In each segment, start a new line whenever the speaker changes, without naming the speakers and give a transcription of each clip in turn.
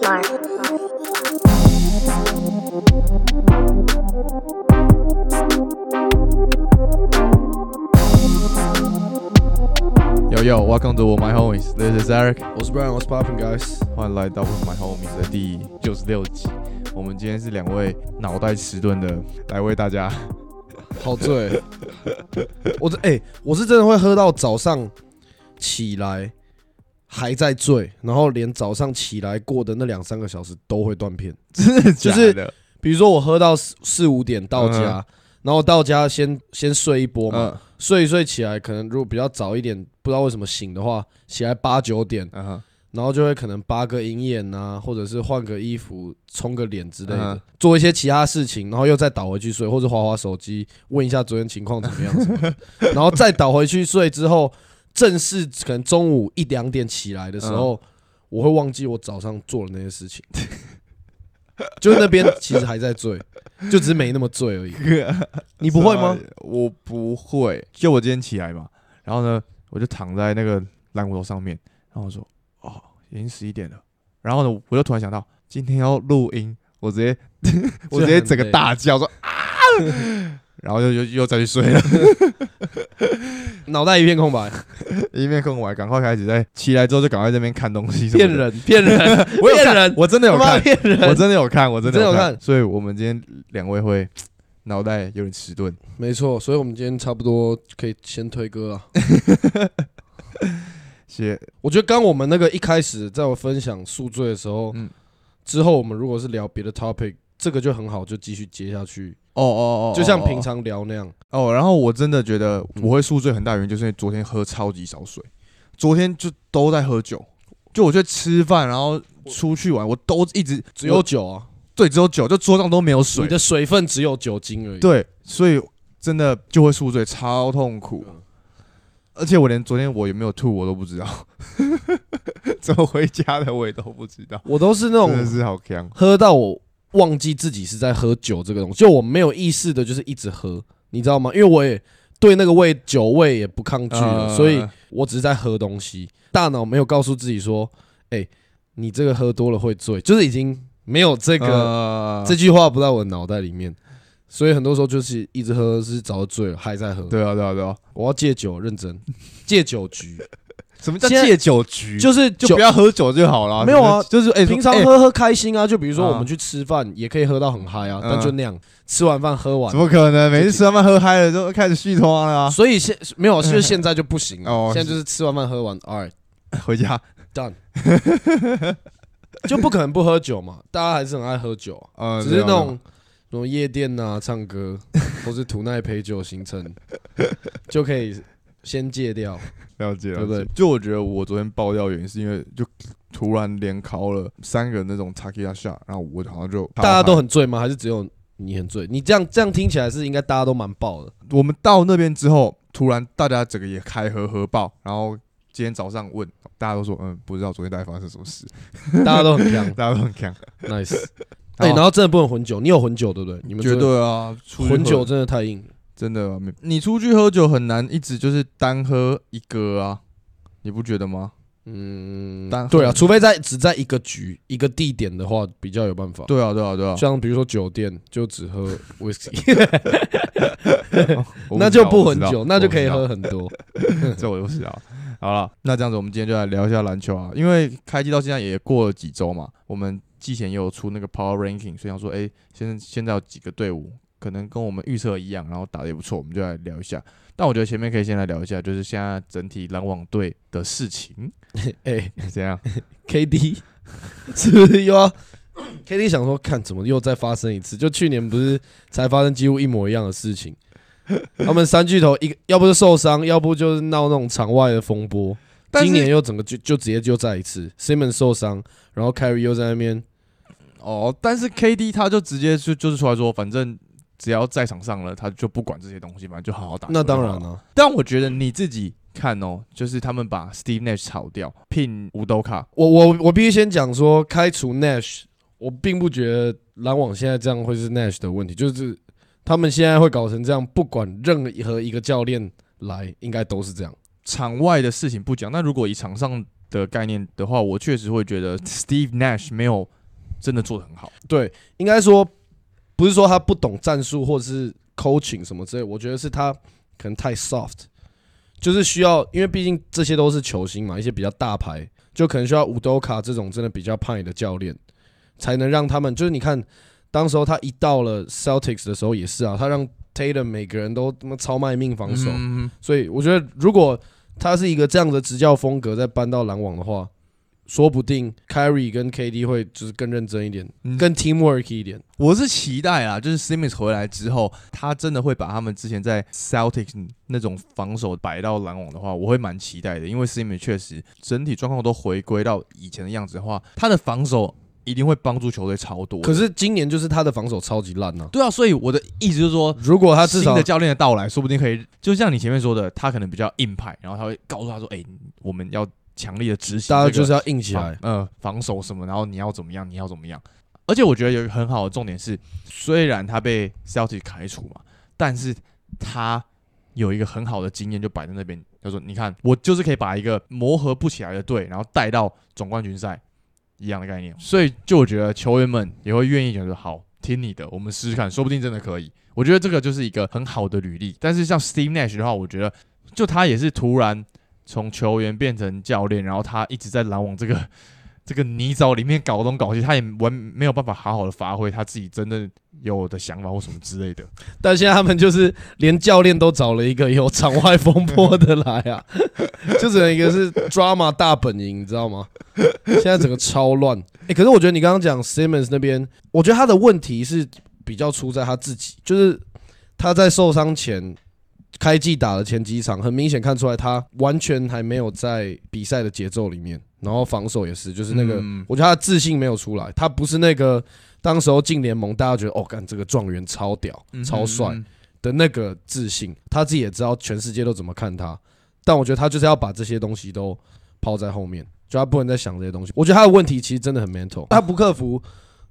暖。
Yo yo, welcome to my homies. This is Eric.
我是 Brian，我是 Popping Guys。
欢迎来到 my homies 的第九十六集。我们今天是两位脑袋迟钝的来为大家，
好醉，我这哎、我是真的会喝到早上起来还在醉，然后连早上起来过的那两三个小时都会断片。
真的
就
假
是
的？
比如说我喝到四四五点到
嗯
家，然后到家先先睡一波嘛，
嗯
睡一睡起来，可能如果比较早一点，不知道为什么醒的话，起来八九点，
嗯哼，
然后就会可能扒个银眼啊，或者是换个衣服、冲个脸之类的，
嗯
做一些其他事情，然后又再倒回去睡，或者划划手机，问一下昨天情况怎么样什么的 然后再倒回去睡之后，正式可能中午一两点起来的时候，
嗯
我会忘记我早上做的那些事情， 就那边其实还在醉，就只是没那么醉而已。你不会吗？
啊我不会。就我今天起来嘛，然后呢，我就躺在那个烂骨头上面，然后我说，哦，已经十一点了。然后呢，我就突然想到今天要录音，我直接 我直接整个大叫说啊， 然后又又又再去睡了。
脑袋一片空白，
一面跟我玩，赶快开始在起来之后就赶快在那边看东西什么的，
骗人骗人
我有看
骗人，
我真的有
他妈
看，
骗人
我，真的有看，我真的
真的有
看，
看
所以我们今天两位会脑袋有点迟钝。
没错，所以我们今天差不多可以先推歌了。
谢，
我觉得刚我们那个一开始在我分享宿醉的时候，
嗯
之后我们如果是聊别的 topic，这个就很好，就继续接下去，
哦哦哦
就像平常聊那样。
哦。然后我真的觉得我会宿醉很大原因就是因为昨天喝超级少水，昨天就都在喝酒，就我觉得吃饭然后出去玩我都一直
只有酒啊，
对只有酒，就桌上都没有
你
水，
的水分只有酒精而已。，
对，所以真的就会宿醉，超痛苦。
嗯
而且我连昨天我有没有吐我都不知道， 怎么回家的我也都不知道，
我都是那
真的
种
是好强。
喝到我忘记自己是在喝酒这个东西，就我没有意识的，就是一直喝，你知道吗？因为我也对那个味酒味也不抗拒了，
呃
所以我只是在喝东西，大脑没有告诉自己说，哎，你这个喝多了会醉，就是已经没有这
那
个。
个
这句话不在我的脑袋里面，所以很多时候就是一直喝，是早就醉了，还在喝。
对啊对啊对啊，
我要戒酒，认真 戒酒局，
什么叫
现在
戒酒局？
就是
就
酒
不。要喝酒就好了。
没有啊
就是哎，
平常
哎
喝喝开心啊，就比如说
啊
我们去吃饭，也可以喝到很嗨啊，
嗯
但就那样，吃完饭喝完
怎。么可能？每次吃完饭喝嗨了就开始续托了啊，
所以现没 有，就是现在就不行了
哦。
现在就是吃完饭喝完，all right
回家
done，就不可能不喝酒嘛，大家还是很爱喝酒啊。
呃，
只是那
对啊
种那种夜店呐、唱 歌或是吐奶陪酒行程，就可以先戒掉。
了解，
对不对
了解？就我觉得我昨天爆掉的原因是因为就突然连考了三个那种 t a k i y a s h a 然后我好像就
大家都很醉吗？还是只有你很醉？你这样这样听起来是应该大家都蛮爆的。
我们到那边之后，突然大家整个也开合合爆，然后今天早上问大家都说嗯不知道昨天大概发生什么 事，
大家都 很强
大家都很 强，
，nice。哎、
好
然后真的不能混酒，你有混酒对不对？你们
绝
真的
对啊，出去
混酒
喝
真的太硬了。
真的啊没你出去喝酒很难一直就是单喝一个啊，你不觉得吗？
嗯
单，喝
对啊，除非在只在一个局一个地点的话，比较有办法。
对啊对啊对啊，
像比如说酒店就只喝 whisky，
我
那
知道
就不
我
混
知道
酒，那就可以
我知道
喝 很多。
这我就不知
啊
道。好了，那这样子我们今天就来聊一下篮球啊，因为开机到现在也过了几周嘛，我们季前也有出那个 Power Ranking，所以想说，哎、现在现在有几个队伍可能跟我们预测一样，然后打得也不错，我们就来聊一下。但我觉得前面可以先来聊一下，就是现在整体篮网队的事情
哎、
怎样？
KD 是不是又要 KD 想说，看怎么又再发生一次？就去年不是才发生几乎一模一样的 事情，他们三巨头一个要不是受伤，要不就是闹那种场外的风波。
但是
今年又整个就就直接就再一次，Simmons 受伤，然后 Carry 又在那边，
哦，但是 KD 他就直接就就是出来说，反正只要在场上了，他就不管这些东西，反正就好好打球就
那
好了。
当然了、啊
但我觉得你自己看哦，就是他们把 Steve Nash 炒掉，聘乌斗卡，
我我我必须先讲说，开除 Nash，我并不觉得篮网现在这样会是 Nash 的问题，就是他们现在会搞成这样，不管任何一个教练来，应该都是这样。
场外的事情不讲，那如果以场上的概念的话，我确实会觉得 Steve Nash 没有真的做得很好。
对，应该说不是说他不懂战术或者是 coaching 什么之类，我觉得是他可能太 soft，就是需要，因为毕竟这些都是球星嘛，一些比较大牌，就可能需要五斗卡这种真的比较派的教练，才能让他们就是你看，当时候他一到了 Celtics 的时候也是啊，他让 Tatum 每个人都他妈超卖命防守，
嗯
所以我觉得，如果他是一个这样的执教风格再搬到篮网的话，说不定 Kyrie 跟 KD 会就是更认真一点，
嗯
更 teamwork 一点。
我是期待啊，就是 Simmons 回来之后，他真的会把他们之前在 Celtics 那种防守摆到篮网的话，我会蛮期待的，因为 Simmons 确实整体状况都回归到以前的样子的话，他的防守一定会帮助球队超多。
可是今年就是他的防守超级烂呐、
对啊，所以我的意思就是说，
如果他至
新
少
的教练的到来，说不定可以，就像你前面说的，他可能比较硬派，然后他会告诉他说：“哎、我们要强力的执行、
大
这
家
个
就是要硬起
防
来，
呃防守什么，然后你要怎么样，你要怎么样。”而且我觉得有一个很好的重点是，虽然他被 Celtic 开除嘛，但是他有一个很好的经验就摆在那边，他说：“你看，我就是可以把一个磨合不起来的队，然后带到总冠军赛一样的概念。”所以就我觉得球员们也会愿意讲说：“好，听你的，我们试试看，说不定真的可以。”我觉得这个就是一个很好的履历。但是像 Steve Nash 的话，我觉得就他也是突然从球员变成教练，然后他一直在篮网这个这个泥沼里面搞东搞西，他也完没有办法好好的发挥他自己真的有的想法或什么之类的。
但现在他们就是连教练都找了一个有场外风波的来啊， 就只能一个是 drama 大本营，你知道吗？现在整个超乱。哎、可是我觉得你刚刚讲 Simmons 那边，我觉得他的问题是比较出在他自己，就是他在受伤前。开季打的前几场，很明显看出来他完全还没有在比赛的节奏里面，然后防守也是，就是那个，
嗯
我觉得他的自信没有出来，他不是那个当时候进联盟大家觉得哦，干这个状元超屌、
嗯
超帅，的那个自信，他自己也知道全世界都怎么看他，但我觉得他就是要把这些东西都抛在后面，就他不能再想这些东西。我觉得他的问题其实真的很 mental，他不克服，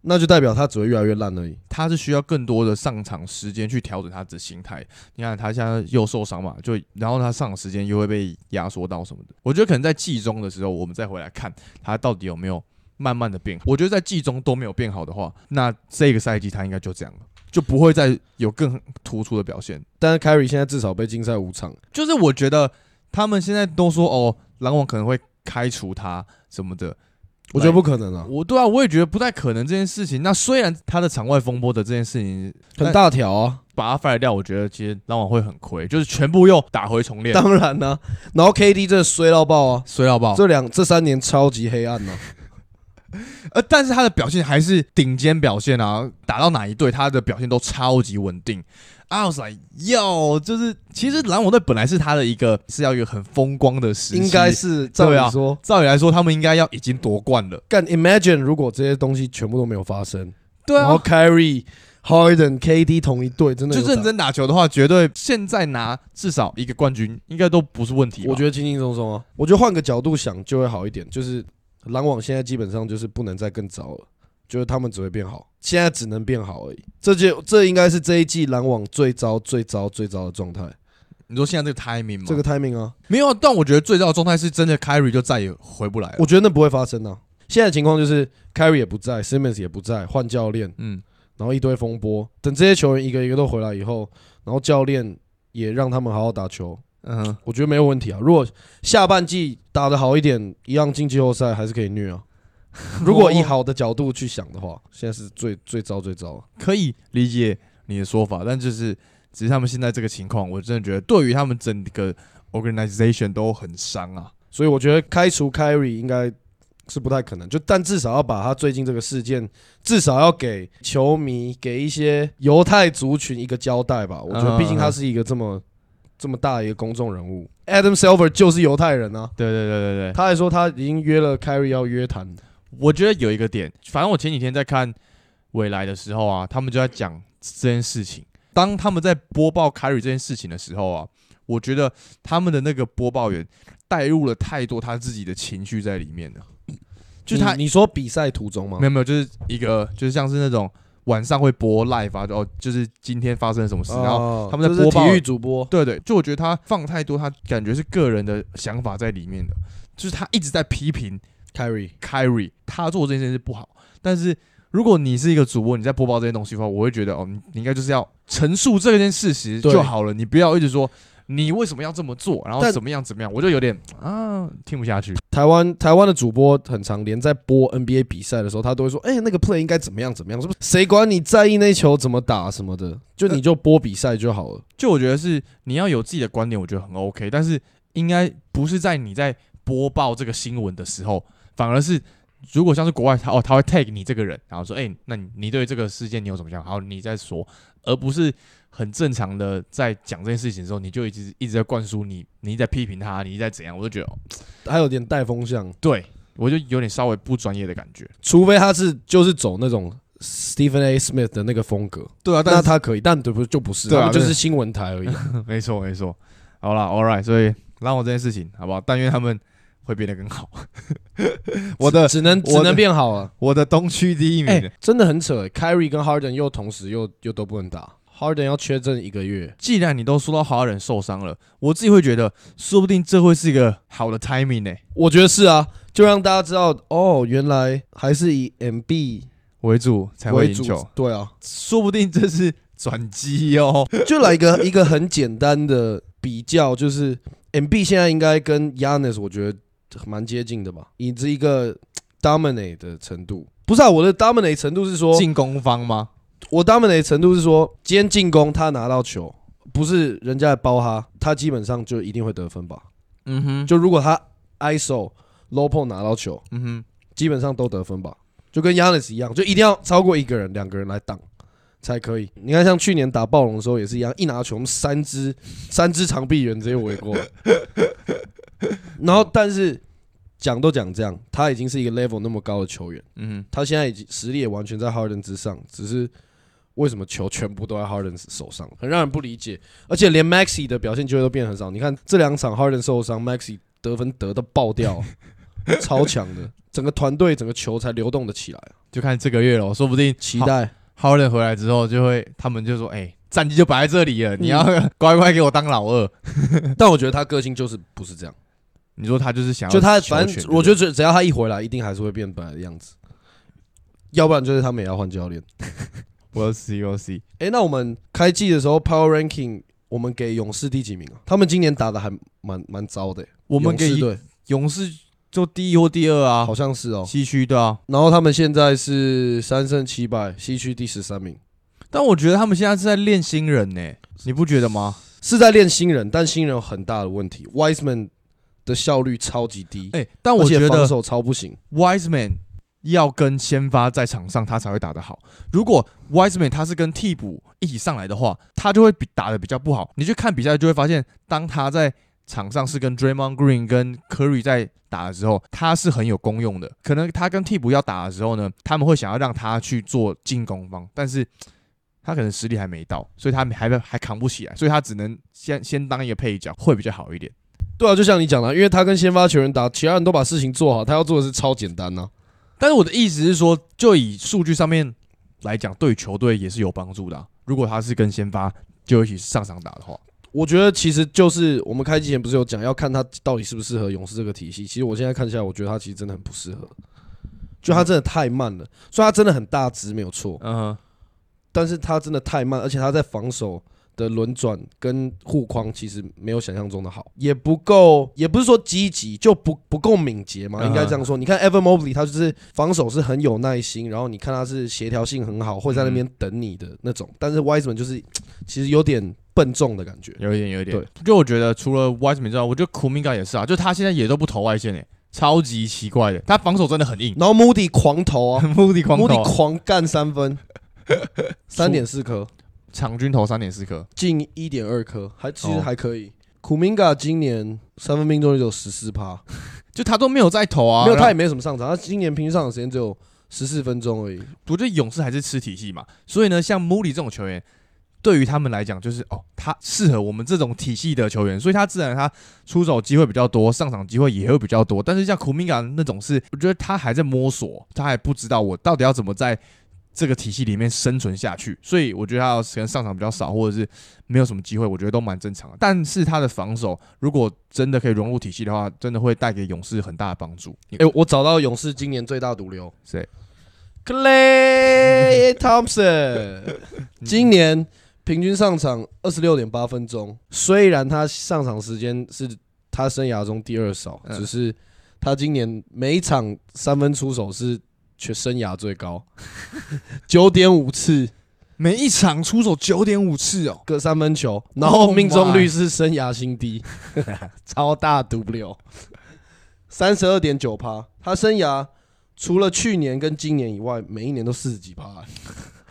那就代表他只会越来越烂而已。
他是需要更多的上场时间去调整他的心态。你看他现在又受伤嘛，就然后他上场时间又会被压缩到什么的。我觉得可能在季中的时候，我们再回来看他到底有没有慢慢的变好。我觉得在季中都没有变好的话，那这个赛季他应该就这样了，就不会再有更突出的表现。
但是凯瑞现在至少被禁赛五场，
就是我觉得他们现在都说哦，篮网可能会开除他什么的，
我觉得不可能啊，
我对啊，我也觉得不太可能这件事情。那虽然他的场外风波的这件事情
很大条啊，
把它 fire 掉，我觉得其实篮网会很亏，就是全部又打回 重练，
当然啦、然后 KD 真的衰到爆啊，
衰到爆。
这两这三年超级黑暗呐、啊，
呃，但是他的表现还是顶尖表现啊，打到哪一队他的表现都超级稳定。I was like, yo，就是其实篮网队本来是他的一个是要一个很风光的时期，
应该是照
对啊
理说，
照理来说他们应该要已经夺冠了。
干 Imagine 如果这些东西全部都没有发生，
对
然后 Carry、Harden、KD 同一队，真的
就
有打
认真打球的话，绝对现在拿至少一个冠军应该都不是问题吧。
我觉得轻轻松松啊。我觉得换个角度想就会好一点，就是篮网现在基本上就是不能再更糟了，就是他们只会变好，现在只能变好而已。这就这应该是这一季篮网最糟、最糟、最糟的状态，
你说现在这个 timing 吗？
这个 timing 啊，
没有啊，但我觉得最糟的状态是真的 c a r r y 就再也回不来了。
我觉得那不会发生啊。现在情况就是 Carry 也不在，Simmons 也不在，换教练，
嗯，
然后一堆风波，等这些球员一个一个都回来以后，然后教练也让他们好好打球，
嗯哼，
我觉得没有问题啊。如果下半季打得好一点，一样进季后赛还是可以虐啊。如果以好的角度去想的话，现在是最最糟最糟啊。
可以理解你的说法，但就是只是他们现在这个情况，我真的觉得对于他们整个 organization 都很伤啊。
所以我觉得开除 Kyrie 应该是不太可能，就但至少要把他最近这个事件，至少要给球迷、给一些犹太族群一个交代吧。我觉
嗯
得毕竟他是一个这么这么大的一个公众人物，Adam Silver 就是犹太人啊。
对对对对对，
他还说他已经约了 Kyrie 要约谈，
我觉得有一个点，反正我前几天在看未来的时候啊，他们就在讲这件事情。当他们在播报凯瑞这件事情的时候啊，我觉得他们的那个播报员带入了太多他自己的情绪在里面了。就他
你你说比赛途中吗
没？有没有，就是一个就是像是那种晚上会播 live 啊，就哦，就是今天发生了什么事，然后
后
他们在
哦就是
播报
体育主播，
对对，就我觉得他放太多，他感觉是个人的想法在里面的，就是他一直在批评
Carry，
Kyrie，他做这件事是不好。但是如果你是一个主播，你在播报这些东西的话，我会觉得哦，你你应该就是要陈述这件事实
对
就好了，你不要一直说你为什么要这么做，然后
但
怎么样怎么样，我就有点啊听不下去。
台湾台湾的主播很常连在播 NBA 比赛的时候，他都会说，哎，那个 play 应该怎么样怎么样，是不是？谁管你在意那球怎么打什么的，就你就播比赛就好了。
就我觉得是你要有自己的观点，我觉得很 OK，但是应该不是在你在播报这个新闻的时候，反而是如果像是国外他哦他会 tag 你这个人，然后说哎、那你你对这个事件你有什么想法？好，你再说，而不是很正常的在讲这件事情的时候，你就一直一直在灌输你你一直在批评他，你一直在怎样，我就觉得哦
还有点带风向，
对我就有点稍微不专业的感觉。
除非他是就是走那种 Stephen A. Smith 的那个风格，
对啊
那他可以，但对不就不是，
对啊
他们就
对
是新闻台而已。啊
没错没错，好啦 a l right，所以让我这件事情好不好？但愿他们会变得更好。 我的
只能只
我的
能变好啊！
我的东区第一名。
哎、真的很扯、欸、，Kyrie 跟 Harden 又同时又又都不能打，Harden 要缺阵一个月。
既然你都说到华人受伤了，我自己会觉得，说不定这会是一个好的 timing 呢、
我觉得是啊，就让大家知道哦，原来还是以 MB
为主才会
为
赢
主
球，。
对啊，
说不定这是转机哦。
就来一个一个很简单的比较，就是 MB 现在应该跟 Yanis 我觉得蛮接近的吧，以这一个 dominate 的程度。不是啊，我的 dominate 程度是 说，
进攻方吗？
我 dominate 程度是说，今天进攻他拿到球，不是人家来包他，他基本上就一定会得分吧。
嗯哼，就
就如果他 ISO low p o 拿到球，
嗯哼，
基本上都得分吧，就跟 Yanis 一样，就一定要超过一个人、两个人来挡才可以。你看，像去年打暴龙的时候也是一样，一拿球，我们三支三支长臂猿直接围 过来。然后，但是讲都讲这样，他已经是一个 level 那么高的球员，
嗯
他现在已经实力也完全在 Harden 之上，只是为什么球全部都在 Harden 手上，很让人不理解。而且连 Maxi 的表现机会都变得很少。你看这两场 Harden 受伤，Maxi 得分得到 爆掉，超强的，整个团队整个球才流动的起来。
哼，就看这个月咯，说不定
期待
h a r d e n 回来之后，就会他们就说，哎、战绩就摆在这里了，
嗯
你要 乖乖给我当老二。
但我觉得他个性就是不是 这样，
你说他就是想要
就他
求
反
全
正
对不
我
对
觉得只只要他一回来，一定还是会变本来的样子。要不然就是他们也要换教练。
We'll see, we'll see。
诶，那我们开季的时候 Power Ranking 我们给勇士第几名啊？他们今年打的还蛮蛮糟的、欸
我们给
勇士队
勇士就第一或第二啊
好，像是哦。
西区对啊。
然后他们现在是三胜七败，西区第十三名，
但我觉得他们现在是在练新人呢、你不觉得吗？
是在练新人，但新人有很大的问题。Wiseman 的效率超级低，
哎、但我
而且
觉
防
得
守超不行。
Wiseman 要跟先发在场上，他才会打得好。如果 Wiseman 他是跟替补一起上来的话，他就会比打得比较不好。你去看比赛就会发现，当他在场上是跟 Draymond Green 跟 Curry 在打的时候，他是很有功用的。可能他跟替补要打的时候呢，他们会想要让他去做进攻方，但是。他可能实力还没到，所以他还没还扛不起来，所以他只能先先当一个配角，会比较好一点。
对啊，就像你讲的，因为他跟先发球员打，其他人都把事情做好，他要做的是超简单啊呐、
但是我的意思是说，就以数据上面来讲，对球队也是有帮助的啊、如果他是跟先发就一起上场打的话，
我觉得其实就是我们开季前不是有讲要看他到底适不适合勇士这个体系。其实我现在看下来，我觉得他其实真的很不适合，就他真的太慢了。虽然他真的很大只没有错，
嗯、
但是他真的太慢，而且他在防守的轮转跟护框其实没有想象中的好，也不够，也不是说积极，就不不够敏捷嘛，
嗯
应该这样说。你看 Evan Mobley，他就是防守是很有耐心，然后你看他是协调性很好，会在那边等你的那种。但是 Wiseman 就是其实有点笨重的感觉。
有一点，有一点。
对，
就我觉得除了 Wiseman 之外，我觉得 Kuminga 也是啊，就他现在也都不投外线诶、超级奇怪的，他防守真的很硬，
然后 Moody 狂投啊
Moody 狂投
，Moody
啊，
狂干 三分，三点四颗，
场均投三点四颗，
进一点二颗，还其实
哦
还可以。Kuminga 今年三分命中率只有十四趴，
就他都没有在投啊。
没有，
然后
他也没什么上场，他今年平均上场时间只有十四分钟而已。
我觉得勇士还是吃体系嘛，所以呢，像 Moody 这种球员，对于他们来讲就是哦，他适合我们这种体系的球员，所以他自然他出手机会比较多，上场机会也会比较多。但是像 Kuminga 那种是，我觉得他还在摸索，他还不知道我到底要怎么在这个体系里面生存下去。所以我觉得他可能上场比较少，或者是没有什么机会，我觉得都蛮正常的。但是他的防守如果真的可以融入体系的话，真的会带给勇士很大的帮助。
哎、我找到勇士今年最大毒瘤
谁？
Clay Thompson，今年平均上场二十六点八分钟，虽然他上场时间是他生涯中第二少，
嗯
只是他今年每场三分出手是全生涯最高，九点五次
每一场出手九点五次哦，
各三分球，然后命中率是生涯新低，
哦
超大毒瘤，三十二点九趴。他生涯除了去年跟今年以外，每一年都四十几趴、欸，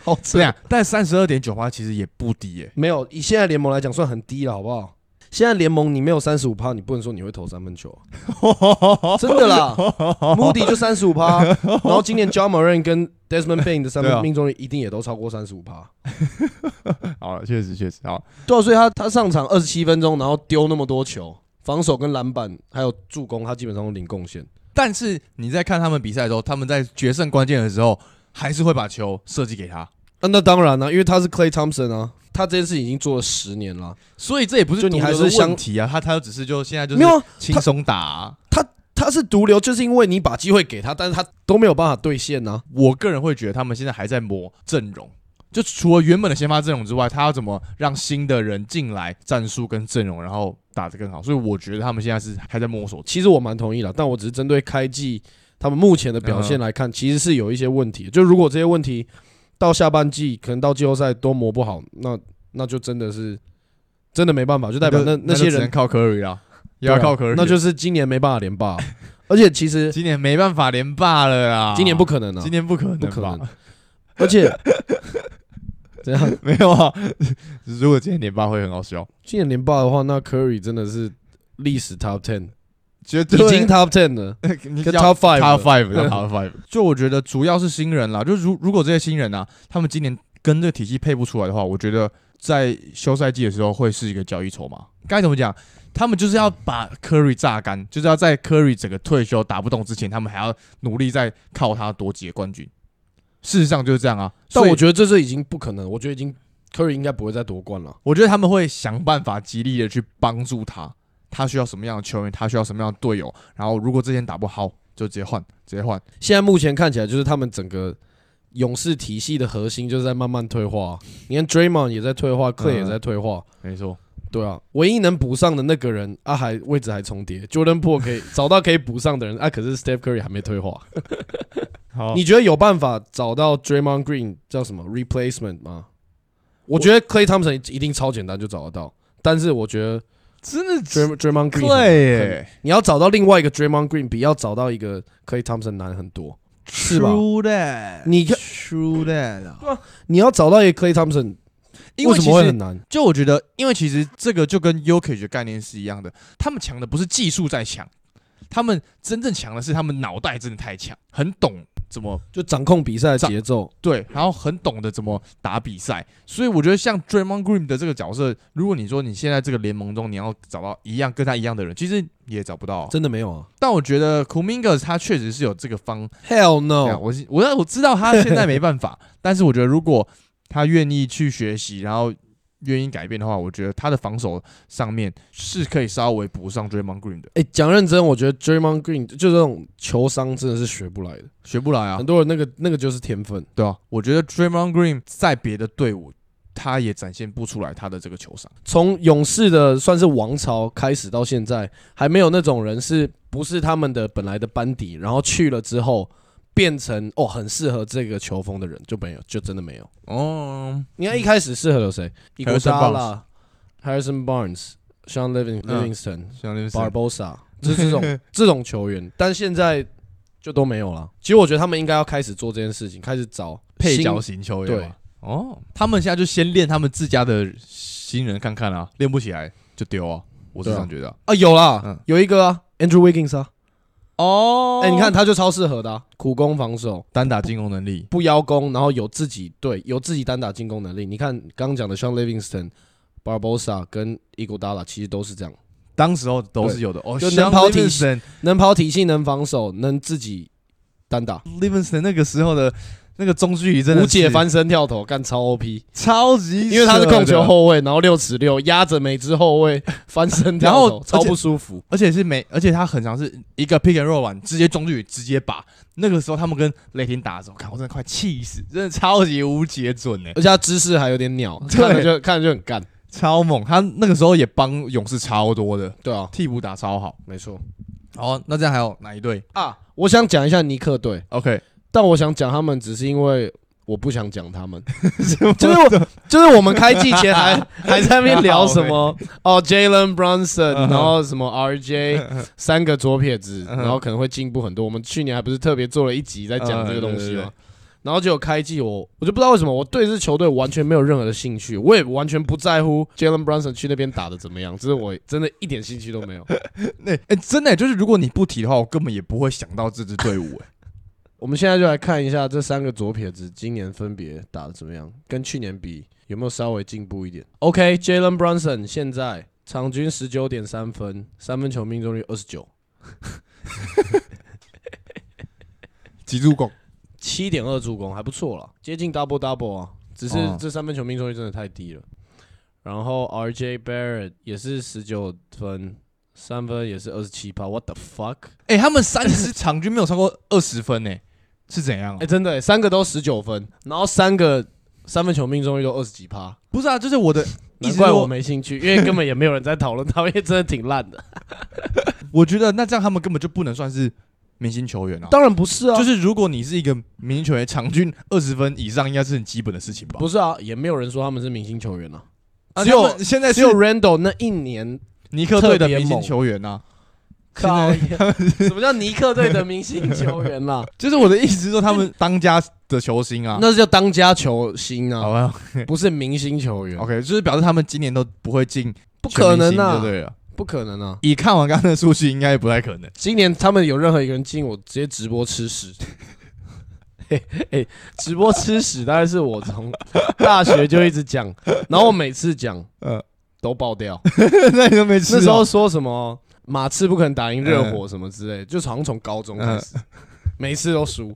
好
这
惨
样，啊但三十二点九八其实也不低 耶、
没有，以现在联盟来讲算很低了，好不好？现在联盟你没有三十五趴，你不能说你会投三分球啊、
哦
真的啦。Moody 就三十 五趴，然后今年 John m o r a n 跟 Desmond Bain 的三
对啊
分命中率一定也都超过三十五趴。
好了，确实确实好，
对啊，所以他他上场二十七分钟，然后丢那么多球，防守跟篮板还有助攻，他基本上都零贡献。
但是你在看他们比赛的时候，他们在决胜关键的时候，还是会把球设计给他，
啊，那当然啦、因为他是 Clay Thompson 啊，他这件事情已经做了十年了。
所以这也不是
就你还是
独流的
相
问题啊，他他就只是就现在就是
没有啊，
轻松打啊、
他是毒瘤，就是因为你把机会给他，但是他都没有办法兑现啊呐、
我个人会觉得他们现在还在磨阵容，就除了原本的先发阵容之外，他要怎么让新的人进来，战术跟阵容，然后打得更好？所以我觉得他们现在是还在摸索。
其实我蛮同意了，但我只是针对开季他们目前的表现来看，其实是有一些问题。就如果这些问题到下半季，可能到季后赛都磨不好，那那就真的是真的没办法，就代表那
那就只
些
能
人
靠 Curry 啦，也要靠
对啊
Curry，
那就是今年没办法连霸、啊而且其实
今年没办法连霸了啦，
今年不可能 啊
今，年不可能
不
吧，
可能。而且怎样？
没有啊。 如果今年连霸会很好笑，
今年连霸的话，那 Curry 真的是历史 Top Ten，
绝
已
对
经 Top Ten 了，
你
跟
要
Top Five
Top
了
Five 跟 Top Five，就我觉得主要是新人啦，就如如果这些新人啊，他们今年跟这个体系配不出来的话，我觉得在休赛季的时候会是一个交易筹码。该怎么讲？他们就是要把 Curry 榨干，就是要在 Curry 整个退休打不动之前，他们还要努力再靠他夺几个冠军。事实上就是这样啊，
但
所以
我觉得这是已经不可能，我觉得已经 Curry 应该不会再夺冠了。
我觉得他们会想办法极力的去帮助他，他需要什么样的球员，他需要什么样的队友，然后如果这些人打不好，就直接换，直接换。
现在目前看起来，就是他们整个勇士体系的核心就是在慢慢退化。你看 Draymond 也在退
嗯
化，Clay 也在退化，
没错，
对啊，唯一能补上的那个人啊还位置还重叠，Jordan p o o 可以找到可以补上的人啊，可是 Steph Curry 还没退化。
好
你觉得有办法找到 Draymond Green 叫什么 replacement 吗？我觉得 Clay Thompson 一定超简单就找得到，但是我觉得
真的
Dray- Draymond Green 很
对
很你要找到另外一个 Draymond Green 比要找到一个 Clay Thompson 难很多。是吧
True that，
你看
True that 啊，
你要找到一个 Clay Thompson
因为
为什
其
么会很
实
难？
就我觉得，因为其实这个就跟 u k i 的概念是一样的，他们强的不是技术在强，他们真正强的是他们脑袋真的太强，很懂怎么
就掌控比赛的
掌
节奏。
对，然后很懂得怎么打比赛，所以我觉得像 Draymond Green 的这个角色，如果你说你现在这个联盟中你要找到一样跟他一样的人，其实也找不到啊、
真的没有啊
但我觉得 Kuminga 他确实是有这个方
？Hell
对啊
no！
我是我我知道他现在没办法，但是我觉得如果他愿意去学习，然后愿意改变的话，我觉得他的防守上面是可以稍微补上 Draymond Green 的，
哎，讲认真，我觉得 Draymond Green 就这种球商真的是学不来的，
学不来啊
很，多人那个那个就是天分。
对啊，我觉得 Draymond Green 在别的队伍他也展现不出来他的这个球商，
从勇士的算是王朝开始到现在，还没有那种人是不是他们的本来的班底，然后去了之后变成哦很适合这个球风的人就没有，就真的没有。
哦，
你看一开始适合有谁 i g o
Harrison
d a
Barnes
l a Harrison Barnes、Sean Living
嗯
Livingston、
像 Livingston
Barbosa，就是这 种这种球员，但现在就都没有了。其实我觉得他们应该要开始做这件事情，开始找
配角
新
型球员
对
嘛，哦，他们现在就先练他们自家的新人看看啊，练不起来就丢啊，我是
对啊
这样觉得啊、
啊，有啦，
嗯
有一个啊，Andrew Wiggins 啊，
哦
哎、你看他就超适合的、啊，苦攻防守，
单打进攻能力，
不邀功，然后有自己对有自己单打进攻能力。你看刚刚讲的 Sean Livingston、Barbosa 跟 i g o d a l a 其实都是这样，
当时候都是有的。哦，
就
像
能跑体
Livingston
能跑体系，能防守，能自己单打。
Livingston 那个时候的那个中距离真的
无解
是
翻身跳投，干超 OP，
超级，
因为他是控球，后卫，然后六尺六压着每只后卫翻身
然
跳
后
投，
而
超
且
不舒服。
而且是每，而且他很常是一个 pick and roll 完，直接中距离直接拔。那个时候他们跟雷霆打的时候，看我真的快气死，真的超级无解准哎、
而且他姿势还有点鸟，
对
看着就看着就很干。
超猛！他那个时候也帮勇士超多的，
对啊，
替补打超好。
没错
好，那这样还有哪一队
啊。我想讲一下尼克队，
？OK，
但我想讲他们，只是因为我不想讲他们。
就
就是 我，就是我们开季前还还在那边聊什么哦，Jalen Brunson，
嗯哼
然后什 么
哎
RJ，三个左撇子，
嗯哼
然后可能会进步很多。我们去年还不是特别做了一集在讲这个东
嗯
西
对对对
吗？然后结果开季我我就不知道为什么我对这球队完全没有任何的兴趣，我也完全不在乎 Jalen Brunson 去那边打的怎么样，这是我真的一点兴趣都没有。
那哎、欸真的欸、就是如果你不提的话，我根本也不会想到这支队伍、欸。
我们现在就来看一下这三个左撇子今年分别打的怎么样，跟去年比有没有稍微进步一点？OK，Jalen Brunson 现在场均十九点三分，三分球命中率二十九，
极助攻，
七点二助攻，还不错啦，接近 double double 啊，只是这三分球命中率真的太低了。然后 RJ Barrett 也是十九分，三分也是二十七趴，What the fuck？
哎、他们三支场均没有超过二十分呢、欸是怎样
哎、？真的、欸，三个都十九分，然后三个三分球命中率都二十几趴。
不是啊，就是 我的意
难
思是
怪我
说，
没兴趣，因为根本也没有人在讨论他，因 为真的挺烂的。
我觉得那这样他们根本就不能算是明星球员啊。
当然不是啊，
就
就是
是如果你是一个明星球员，场均二十分以上应该是很基本的事情吧？
不是啊，也没有人说他们是明星球员啊。
啊
只有
他们现在
只
是
有 Randall 那一年
尼克队的
特别
明星
猛
球员啊。
靠， 什么叫尼克队的明星球员 啦、
就是我的意思是说，他们当家的球星啊。
那是叫当家球星啊
好，吧
不是明星球员，
，OK，就是表示他们今年都不会进，
不可能
啊，
啊，
对了。
不可能啊！
以看完刚刚的数据，应该不太可能。
今年他们有任何一个人进，我直接直播吃屎。 嘿嘿，直播吃屎，大概是我从大学就一直讲，然后我每次 讲，
呃
呃，都爆掉。
那你都没吃哦
那时候说什么马刺不可能打赢热火什么之类，就是好像从高中开始，每次都输。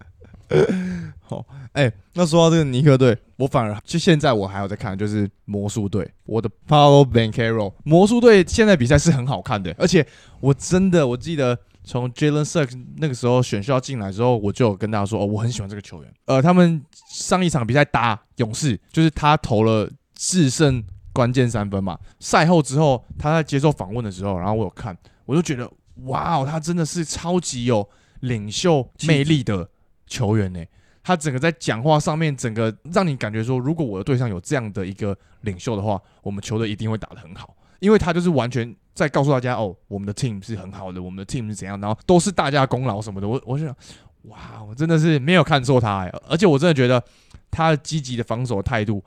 哎、那说到这个尼克队，我反而就现在我还有在看，就是魔术队，我的 Paolo Banquero，魔术队现在比赛是很好看的，而且我真的我记得从 Jalen s u r k 那个时候选秀进来之后，我就有跟大家说，哦，我很喜欢这个球员。呃，他们上一场比赛打勇士，就是他投了制胜关键三分嘛。赛后之后，他在接受访问的时候，然后我有看，我就觉得，哇哦，他真的是超级有领袖魅力的球员呢、他整个在讲话上面，整个让你感觉说，如果我的队上有这样的一个领袖的话，我们球队一定会打得很好，因为他就是完全在告诉大家，哦，我们的 team 是很好的，我们的 team 是怎样，然后都是大家的功劳什么的。我我就想，哇，我真的是没有看错他、欸，而且我真的觉得他积极的防守态度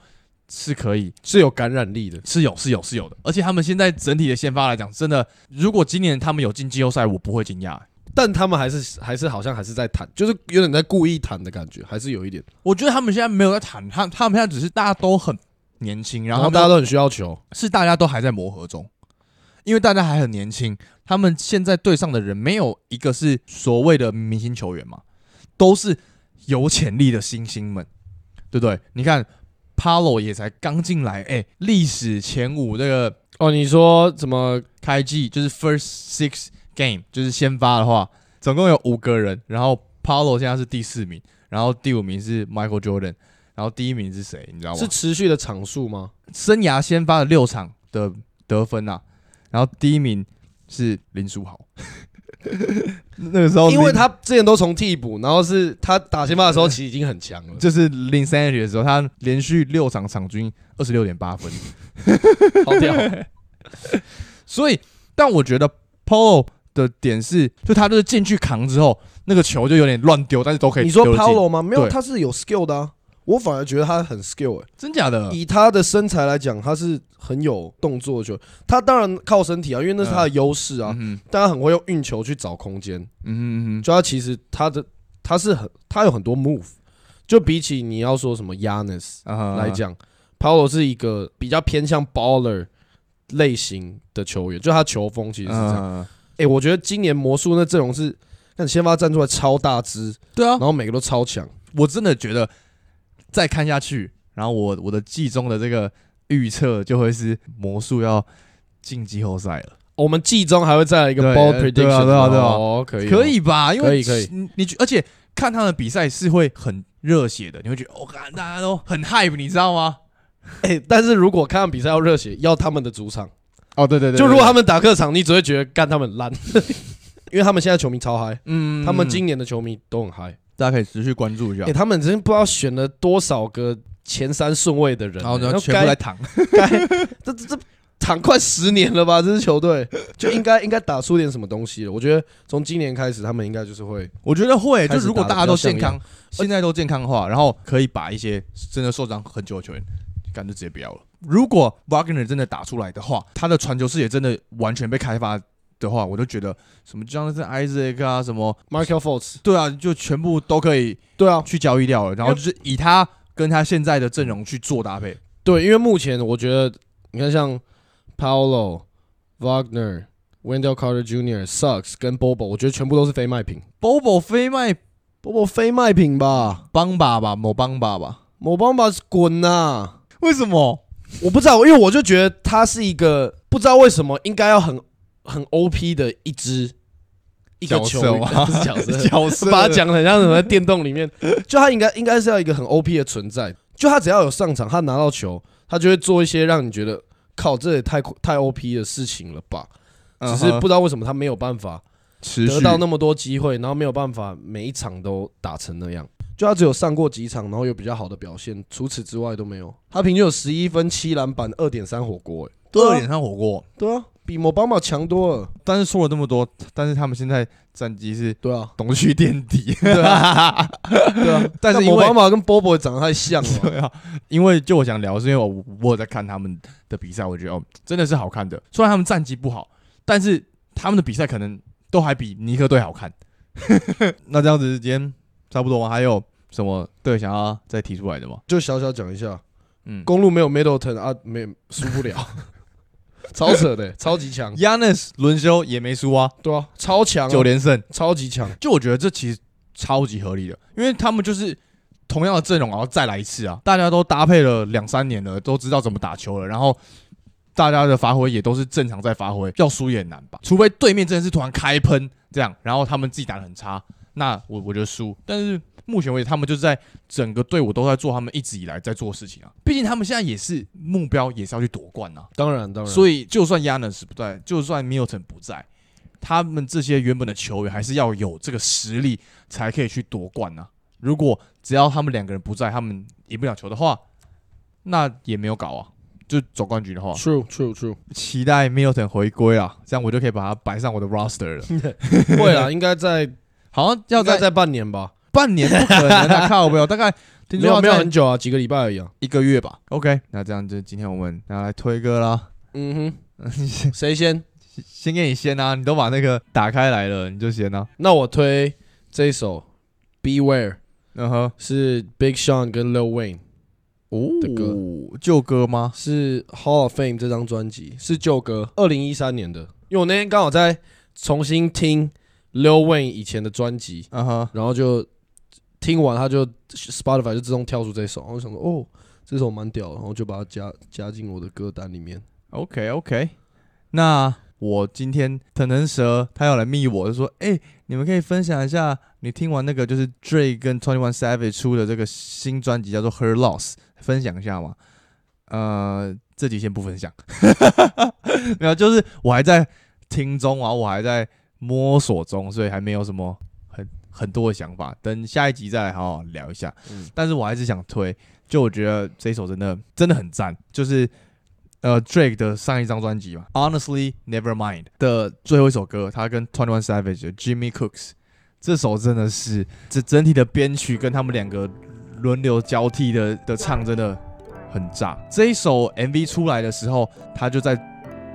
是可以
是有感染力的，
是有是有是有的，而且他们现在整体的先发来讲，真的，如果今年他们有进季后赛，我不会惊讶、欸
但他们还是还是好像还是在谈，就是有点在故意谈的感觉，还是有一点。
我觉得他们现在没有在谈，他他们现在只是大家都很年轻，然
然
后
后
哦大
大
家
家
都
都很需要球，
是大家都还在磨合中，因为大家还很年轻，他们现在队上的人没有一个是所谓的明星球员嘛，都是有潜力的新星们，对不对？你看 p a l o 也才刚进来，哎，历史前五这个
哦，你说怎么？
开季就是 first six game，就是先发的话，总共有五个人，然后 Paulo 现在是第四名，然后第五名是 Michael Jordan，然后第一名是谁？你知道吗？
是持续的场数吗？
生涯先发的六场的得分啊，然后第一名是林书豪。 那个时候林，
因为他之前都从替补，然后是他打先发的时候其实已经很强了，
就是零三年的时候，他连续六场场均二十六点八分，
好屌。
所以，但我觉得 Polo 的点是，就他就是进去扛之后，那个球就有点乱丢，但是都可以
你说
丢进
Paolo 吗？没有，
对
他是有 skill 的啊。我反而觉得他很 skill 哎、
真假的？
以他的身材来讲，他是很有动作的球员。他当然靠身体啊，因为那是他的优势啊。
嗯
但他很会用运球去找空间。
哼嗯哼
就他其实他的他是很他有很多 move，就比起你要说什么 Yanis
嗯哼，
来讲、p a o l o 是一个比较偏向 baller 类型的球员，就他球风其实是这样。哎、
嗯，
我觉得今年魔术那阵容是，看先发站出来超大只，
对啊
然，后每个都超强。
我真的觉得再看下去，然后我我的季中的这个预测就会是魔术要晋级季后赛了，
我们季中还会再来一个
哦对
ball
对啊对啊
prediction，
对啊对啊
哦，可以，
可，以吧？因为
可以可以
你你觉而且看他们的比赛是会很热血的，你会觉得哦，看大家都很 hype，你知道吗？
哎，但是如果看到比赛要热血，要他们的主场，
哦，对对
就如果他们打客场，你只会觉得干他们很 烂，因为他们现在球迷超嗨，
嗯
他们今年的球迷都很嗨，
大家可以持续关注一下
哎，，他们真不知道选了多少个前三顺位的人，
然后
哎
呢
那
全部
该
来躺，
该这这这躺快十年了吧？这支球队 就应该应该打出点什么东西了。我觉得从今年开始，他们应该就是会
我觉得会，
开
就
始
如果
打
大家
得比
都
较像呃
健康，现在都健康的话，然后可以把一些真的受伤很久的球员，干脆直接不要了。如果 Wagner 真的打出来的话，他的传球视野真的完全被开发的话，我就觉得什么 Jonathan Isaac 啊，什么
Michael f o l t z
对啊，就全部都可以
对啊，
去交易掉了，然后就是以他跟他现在的阵容去做搭配。
对，因为目前我觉得你看像 Paolo、Wagner、Wendell Carter Jr. Sucks 跟 Bobo，我觉得全部都是非卖品。
Bobo 非卖
Bobo 非卖品吧？
邦巴吧，某邦巴吧？
某邦巴滚呐！
为什么？
我不知道，因为我就觉得他是一个不知道为什么应该要很很 OP 的一支一个
角
球
色
员，
吗
不是角色，
角 色
把它讲的很像什么在电动里面， 就他应该应该是要一个很 OP 的存在，就他只要有上场，他拿到球，他就会做一些让你觉得靠，这也太太 OP 的事情了吧？只是不知道为什么他没有办法
持续
嗯得到那么多机会，然后没有办法每一场都打成那样。就他只有上过几场，然后有比较好的表现，除此之外都没有。他平均有十一分、七篮板、二点三火锅、欸，
二点三火锅。
对啊，比某邦宝强多了。
但是说了这么多，但是他们现在战绩是
对啊，
东区垫 底。
对啊，对 啊。
但是因为
某邦宝跟波波长得太像了 嘛，
对啊，因为就我想聊，是因为我我有在看他们的比赛，我觉得哦，真的是好看的。虽然他们战绩不好，但是他们的比赛可能都还比尼克队好看。 那这样子今天差不多吗？还有什么队想要再提出来的吗？
就小小讲一下，
嗯
公路没有 Middleton 啊，没输 不了，超扯的、超级强，
，Yanis 轮休也没输啊，
对啊，超强、
九
啊，
连胜。
超级强，
就我觉得这其实超级合理的，因为他们就是同样的阵容，然后再来一次啊，大家都搭配了两三年了，都知道怎么打球了，然后大家的发挥也都是正常在发挥，要输也难吧？除非对面真的是突然开喷这样，然后他们自己打的很差，那我我觉得输。但是目前为止，他们就是在整个队伍都在做他们一直以来在做的事情啊，毕竟他们现在也是目标也是要去夺冠啊。
当然当然，
所以就算 Yanis 不在，就算 Milton 不在，他们这些原本的球员还是要有这个实力才可以去夺冠啊。如果只要他们两个人不在，他们赢不了球的话，那也没有搞啊。就总冠军的话，
true true true，
期待 Milton 回归啊，这样我就可以把他摆上我的 roster 了。
会啦，应该在
好 像要
要
在
再再半年吧，
半年不可能 啊，靠不了，大概听说
没
要
有没有
在
很久啊，几个礼拜而已啊。
一个月吧。OK，那这样就今天我们拿来推歌啦。
嗯哼， 谁先？
先给你先啊，你都把那个打开来了，你就先啊。
那我推这一首《Beware》
嗯哼。
是 Big Sean 跟 Lil Wayne，
哦
的歌
旧歌吗？
是《Hall of Fame》这张专辑，是旧歌，二零一三年的。因为我那天刚好在重新听 Lil Wayne 以前的专辑，
啊哈，
然后就听完，他就 Spotify 就自动跳出这首，然后我想说哦，这首蛮屌的，然后就把它加加进我的歌单里面。
OK OK，那我今天腾腾蛇他要来密我，就说，哎、你们可以分享一下，你听完那个就是 Dre 跟 Twenty One Savage 出的这个新专辑叫做《Her Loss》，分享一下吗？呃，这集先不分享， 没有，就是我还在听中啊，我还在摸索中，所以还没有什么很很多的想法，等下一集再来好好聊一下。
嗯
但是我还是想推，就我觉得这一首真的真的很赞，就是呃 Drake 的上一张专辑嘛，《Honestly Never Mind》的最后一首歌，他跟 Twenty One Savage 的 Jimmy Cooks 这首真的是这整体的编曲跟他们两个轮流交替的的唱真的很炸。这一首 MV 出来的时候，他就在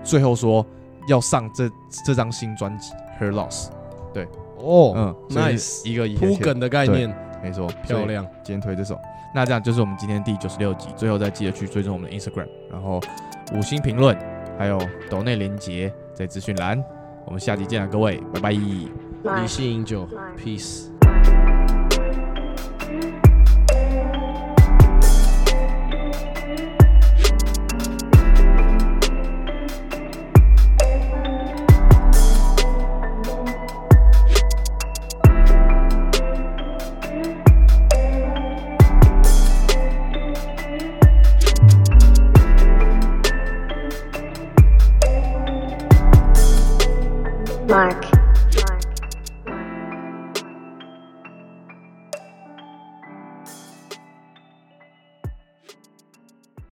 最后说要上这这张新专辑《Her Loss》。
哦
嗯所以
，nice，
一个一个
铺
切
梗的概念
没错，
漂。亮，
今天推这首，那这样就是我们今天第九十六集。最后再记得去追踪我们的 Instagram，然后五星评论，还有抖内连结在资讯栏。我们下集见了，啊各位，拜拜。
理性饮酒，peace。
Bye. Mark.